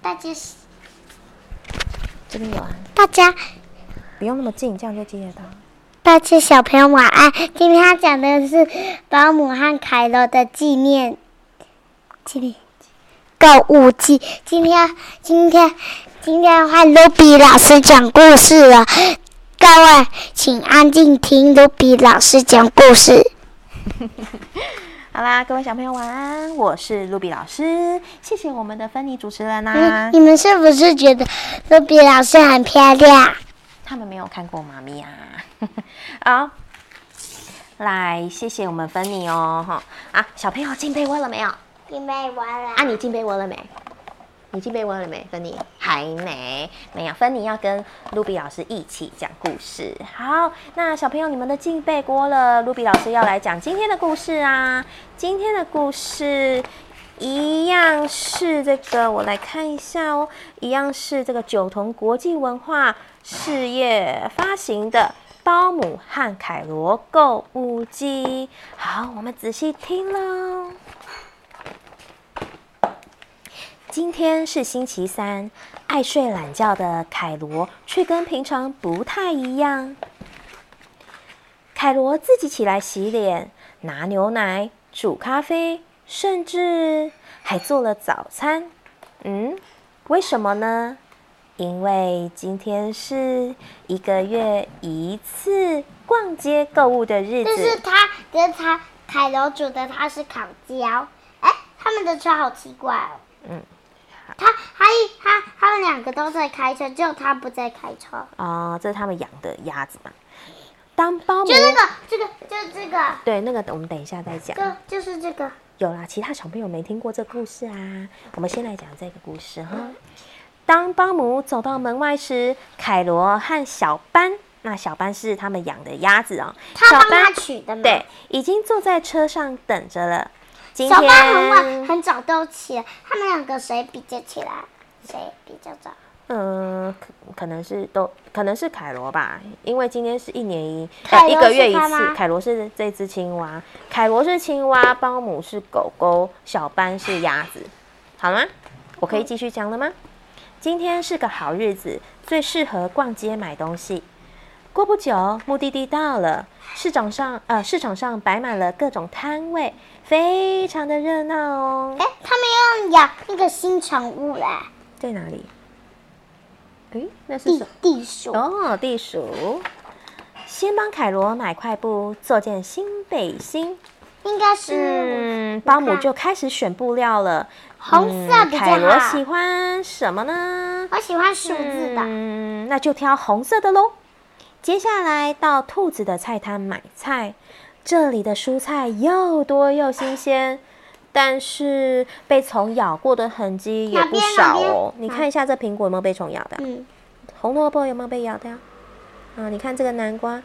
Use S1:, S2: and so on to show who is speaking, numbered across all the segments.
S1: 大家
S2: 这边有啊，
S1: 大家
S2: 不用那么近，这样就接得到。
S1: 大家小朋友晚安。今天他讲的是保姆和凯罗的纪念纪念购物季。今天今天今天换卢比老师讲故事了，各位请安静听卢比老师讲故事。
S2: 好啦，各位小朋友晚安，我是露比老师，谢谢我们的芬妮主持人啦、啊
S1: 嗯，你们是不是觉得卢比老师很漂亮？
S2: 他们没有看过妈咪啊。 好，来，谢谢我们芬妮哦，哈啊，小朋友进被窝了没有？啊，
S1: 因为完了
S2: 你进被窝了没？你进被窝了没，芬妮？还没，没有。芬妮要跟露比老师一起讲故事。好，那小朋友你们的进被窝了，露比老师要来讲今天的故事啊。今天的故事一样是这个，我来看一下哦，一样是这个九同国际文化事业发行的。包姆和凯罗购物记，好，我们仔细听喽。今天是星期三，爱睡懒觉的凯罗却跟平常不太一样。凯罗自己起来洗脸、拿牛奶、煮咖啡，甚至还做了早餐。嗯，为什么呢？因为今天是一个月一次逛街购物的日
S1: 这是
S2: 子。
S1: 他，这是他凯楼煮的，他是烤焦。哎，他们的车好奇怪哦。
S2: 嗯，
S1: 他他一他他们两个都在开车，只有他不在开车。
S2: 哦，这是他们养的鸭子嘛？当包姆
S1: 就那个这个就这个
S2: 对那个，我们等一下再讲。
S1: 就就是这个
S2: 有啦，其他小朋友没听过这故事啊。我们先来讲这个故事哈。当邦姆走到门外时，凯罗和小班，那小班是他们养的鸭子哦。
S1: 他
S2: 小
S1: 帮他
S2: 班
S1: 取的嘛。
S2: 对，已经坐在车上等着了。今
S1: 小班很晚
S2: 天，
S1: 很早都起来，他们两个谁比较起来？谁比较早？
S2: 嗯、可可能是都可能是凯罗吧，因为今天是一年一
S1: 凯
S2: 呃
S1: 罗
S2: 一个月一
S1: 是它吗
S2: 次。凯罗是这只青蛙，凯罗是青蛙，邦姆是狗狗，小班是鸭子，好吗？
S1: 嗯
S2: 我可以继续讲了吗？今天是个好日子，最适合逛街买东西。过不久，目的地到了，市场上呃市场上摆满了各种摊位，非常的热闹哦。
S1: 哎，他们要养那个新宠物啦，
S2: 在哪里？诶，那是什
S1: 地
S2: 么？
S1: 地鼠。
S2: 哦，地鼠。先帮凯罗买块布，做件新背心。
S1: 应该是
S2: 嗯，保姆就开始选布料了。嗯
S1: 红色比较
S2: 凯罗
S1: 好
S2: 喜欢什么呢？
S1: 我喜欢数字的。
S2: 嗯，那就挑红色的喽。接下来到兔子的菜摊买菜，这里的蔬菜又多又新鲜，但是被虫咬过的痕迹也
S1: 哪
S2: 不
S1: 边哪
S2: 少
S1: 边
S2: 哦。你
S1: 哪
S2: 看一下这苹果有没有被虫咬的？
S1: 嗯，
S2: 红萝卜有没有被咬掉？啊，你看这个南瓜，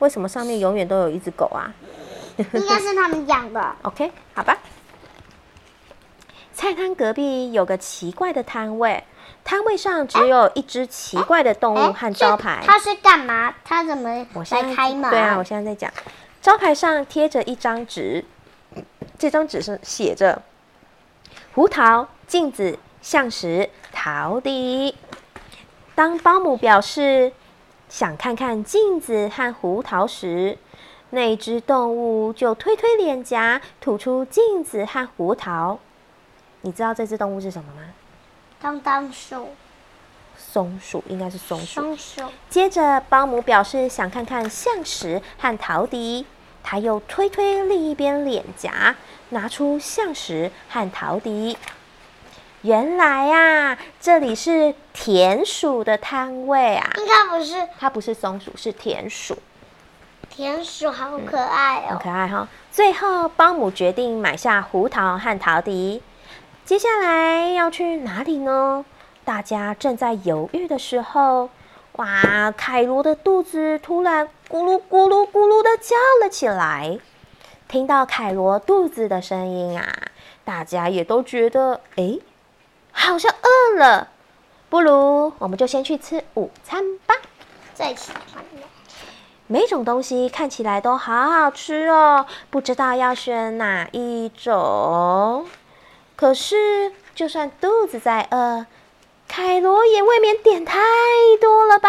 S2: 为什么上面永远都有一只狗啊？
S1: 应该是他们养的。
S2: OK，好吧。菜摊隔壁有个奇怪的摊位，摊位上只有一只奇怪的动物哦和招牌。
S1: 哎他是干嘛？他怎么
S2: 我现在
S1: 来开门？
S2: 对啊，我现在在讲，招牌上贴着一张纸，这张纸上写着“胡桃、镜子、象石、陶笛”。当保姆表示想看看镜子和胡桃时，那只动物就推推脸颊，吐出镜子和胡桃。你知道这只动物是什么吗？
S1: 当当鼠，
S2: 松鼠，应该是松鼠。
S1: 松鼠，
S2: 接着，保姆表示想看看象石和陶笛，他又推推另一边脸颊，拿出象石和陶笛。原来啊，这里是田鼠的摊位啊，
S1: 应该不是
S2: 它不是松鼠，是田鼠，
S1: 田鼠，好可爱
S2: 很
S1: 哦。
S2: 可爱哈、最后，保姆决定买下胡桃和陶笛。接下来要去哪里呢？大家正在犹豫的时候，哇！凯罗的肚子突然咕噜咕噜咕噜的叫了起来。听到凯罗肚子的声音啊，大家也都觉得，诶，好像饿了，不如我们就先去吃午餐吧。
S1: 最喜欢的，
S2: 每种东西看起来都好好吃哦，不知道要选哪一种。可是，就算肚子再饿，凯罗也未免点太多了吧？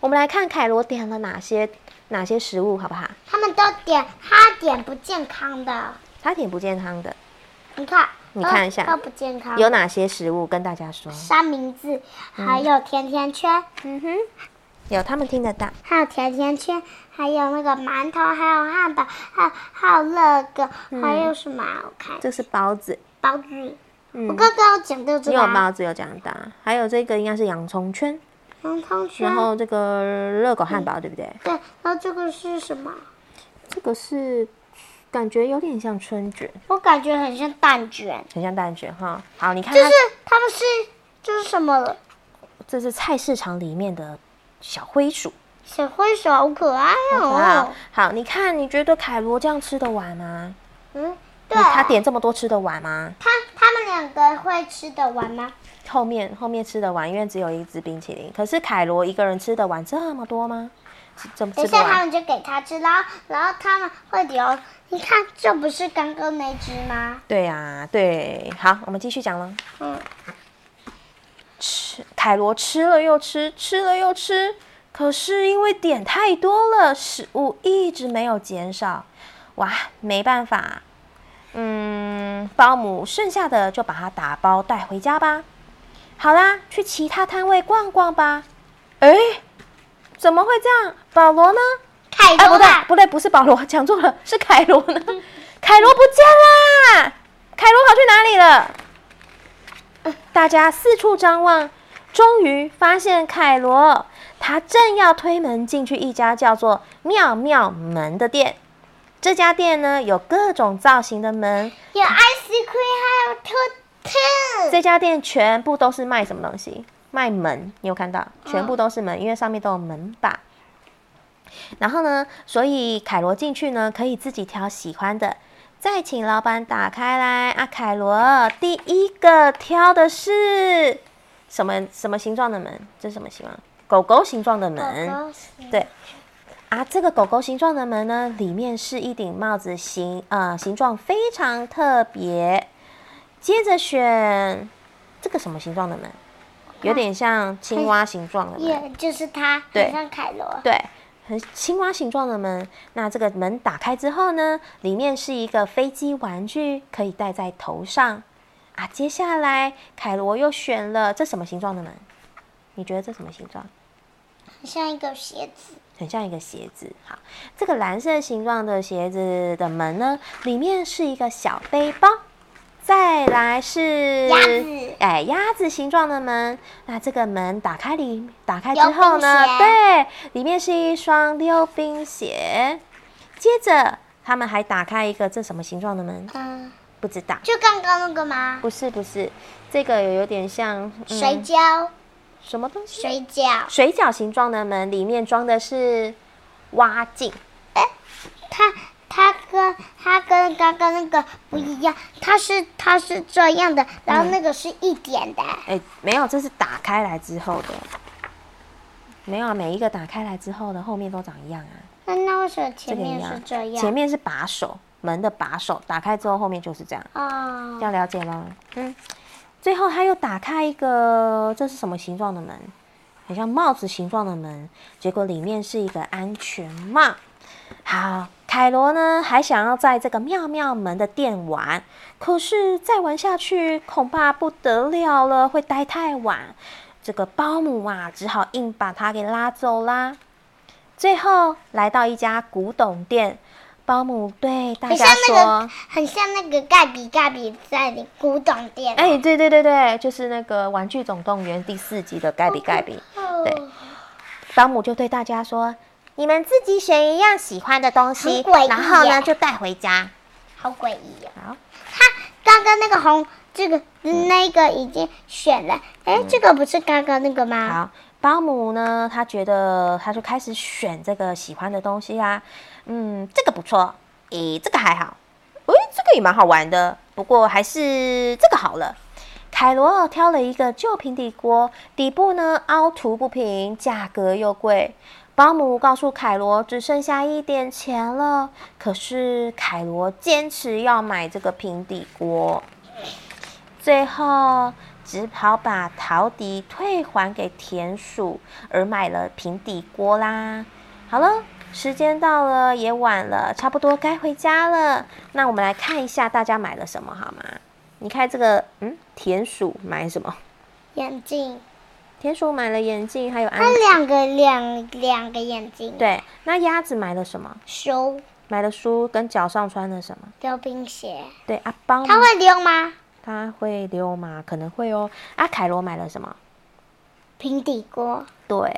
S2: 我们来看凯罗点了哪些哪些食物，好不好？
S1: 他们都点，他点不健康的，
S2: 他点不健康的
S1: 你看，
S2: 你看一下
S1: 都都不健康，
S2: 有哪些食物？跟大家说。
S1: 三明治，还有甜甜圈，
S2: 嗯哼，有他们听得到。
S1: 还有甜甜圈，还有那个馒头，还有汉堡，还有还有那个，还有什么啊？我看
S2: 嗯这是包子，
S1: 包子，我
S2: 嗯，
S1: 刚刚有讲到这
S2: 因
S1: 个
S2: 为我
S1: 啊，
S2: 包子有讲到，还有这个应该是洋葱圈，
S1: 红糖圈
S2: 然，后这个热狗汉堡，对不对？
S1: 对，然后这个是什么？
S2: 这个是感觉有点像春卷，
S1: 我感觉很像蛋卷，
S2: 很像蛋卷哈。好，你看
S1: 就是
S2: 它，
S1: 他们是这是什么了？
S2: 这是菜市场里面的小灰鼠。
S1: 小灰鼠好可爱
S2: 好
S1: 哦，，
S2: 好，你看，你觉得凯罗这样吃得完吗？
S1: 嗯，对，
S2: 他点这么多吃得完吗？
S1: 他他们两个会吃得完吗？
S2: 后面后面吃得完，因为只有一支冰淇淋。可是凯罗一个人吃得完这么多吗？吃这么
S1: 等
S2: 吃
S1: 一
S2: 不
S1: 下他
S2: 完？
S1: 们就给它吃，然后然后他们会留。你看，这不是刚刚那只吗？
S2: 对呀、对，好，我们继续讲了。
S1: 嗯，
S2: 吃凯罗吃了又吃，吃了又吃，可是因为点太多了，食物一直没有减少，哇，没办法，嗯，保姆剩下的就把它打包带回家吧。好啦，去其他摊位逛逛吧。哎，怎么会这样？保罗呢？
S1: 凯
S2: 哎，不
S1: 多
S2: 对，
S1: 啊，
S2: 不对，不是保罗，讲错了，是凯罗呢？凯罗不见啦！凯罗跑去哪里了？大家四处张望，终于发现凯罗，他正要推门进去一家叫做“妙妙门”的店。这家店呢有各种造型的门，
S1: 有 ice cream，还有兔兔。
S2: 这家店全部都是卖什么东西？卖门，你有看到？
S1: 嗯
S2: 全部都是门，因为上面都有门把。然后呢，所以凯罗进去呢，可以自己挑喜欢的，再请老板打开来啊。凯罗第一个挑的是什么什么形状的门？这是什么形状？狗狗形状的门。
S1: 狗狗是
S2: 对啊，这个狗狗形状的门呢，里面是一顶帽子形，呃，形状非常特别。接着选这个什么形状的门，有点像青蛙形状的门，
S1: 也就是它，
S2: 对
S1: 很像凯罗。
S2: 对，很青蛙形状的门。那这个门打开之后呢，里面是一个飞机玩具，可以戴在头上。啊，接下来凯罗又选了这什么形状的门？你觉得这什么形状？
S1: 很像一个鞋子。
S2: 很像一个鞋子。好，这个蓝色形状的鞋子的门呢，里面是一个小背包。再来是
S1: 鸭子
S2: 哎，鸭子形状的门。那这个门打开里打开之
S1: 溜
S2: 后呢
S1: 冰，鞋
S2: 对，里面是一双溜冰鞋。接着他们还打开一个这什么形状的门？
S1: 嗯，
S2: 不知道，
S1: 就刚刚那个吗？
S2: 不是不是，这个有点像、嗯
S1: 水饺，
S2: 什么东西？
S1: 水饺。
S2: 水饺形状的门里面装的是蛙镜。
S1: 它它跟它跟刚刚那个不一样，它是它是这样的，然后那个是一点的。
S2: 哎，没有，这是打开来之后的。没有啊，每一个打开来之后的后面都长一样啊，
S1: 那那为什么前
S2: 这个一
S1: 面
S2: 样啊
S1: 是这样？
S2: 前面是把手，门的把手，打开之后后面就是这样，
S1: 哦
S2: 这，样了解吗？嗯。最后他又打开一个，这是什么形状的门？很像帽子形状的门，结果里面是一个安全帽。好，凯罗呢还想要在这个妙妙门的店玩，可是再玩下去恐怕不得了了，会待太晚。这个保姆啊，只好硬把他给拉走啦。最后来到一家古董店，保姆对大
S1: 很
S2: 家
S1: 像
S2: 说：“
S1: 那个很像那个盖比盖比在的古董店。
S2: 哎、对对对对，就是那个《玩具总动员》第四集的盖比盖比，
S1: 哦，
S2: 对保姆就对大家说：“你们自己选一样喜欢的东
S1: 很
S2: 西
S1: 诡，异哦
S2: 然后
S1: 耶
S2: 呢就带回家。
S1: 好诡异哦”。
S2: 好，嗯
S1: 他刚刚那个红，这个那个已经选了，哎，这个不是刚刚那个吗？
S2: 好，保姆呢，他觉得他就开始选这个喜欢的东西啊，嗯，这个不错，诶，这个还好，诶，这个也蛮好玩的，不过还是这个好了。凯罗挑了一个旧平底锅，底部呢凹凸不平，价格又贵。保姆告诉凯罗只剩下一点钱了，可是凯罗坚持要买这个平底锅。最后，只好把陶笛退还给田鼠，而买了平底锅啦。好了，时间到了，也晚了，差不多该回家了。那我们来看一下大家买了什么好吗？你看这个，嗯，田鼠买什么？
S1: 眼镜，
S2: 田鼠买了眼镜，还有安
S1: 它两个两两个眼睛，，
S2: 对。那鸭子买了什么？
S1: 手
S2: 买了书跟脚上穿的什么？
S1: 溜冰鞋，
S2: 对，阿邦
S1: 它会溜吗？
S2: 他会溜吗？可能会哦。阿凯罗买了什么？
S1: 平底锅，
S2: 对，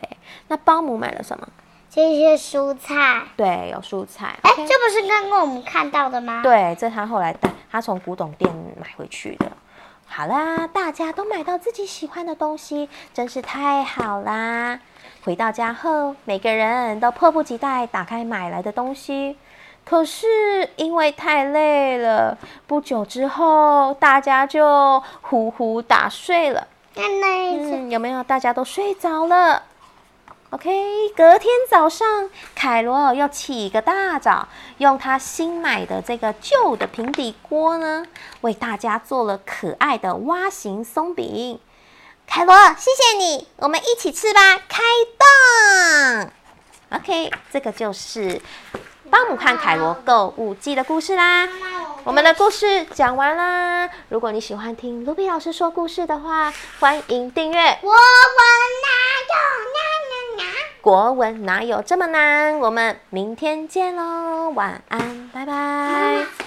S2: 那包姆买了什么？
S1: 这些蔬菜，
S2: 对，有蔬菜。
S1: 哎
S2: OK
S1: 这不是刚刚我们看到的吗？，
S2: 对，这他后来带他从古董店买回去的。好啦，大家都买到自己喜欢的东西，真是太好啦！回到家后，每个人都迫不及待打开买来的东西。可是因为太累了，不久之后大家就呼呼大睡了。
S1: 那那一次
S2: 嗯，有没有大家都睡着了？OK，隔天早上，凯罗又起个大早，用他新买的这个旧的平底锅呢，为大家做了可爱的蛙形松饼。凯罗，谢谢你，我们一起吃吧，开动。OK，这个就是帮姆看凯罗购物记的故事啦。嗯我们的故事讲完啦。如果你喜欢听卢比老师说故事的话，欢迎订阅《
S1: 我我拿有拿拿拿。
S2: 国文哪有这么难》。我们明天见喽，晚安，拜拜。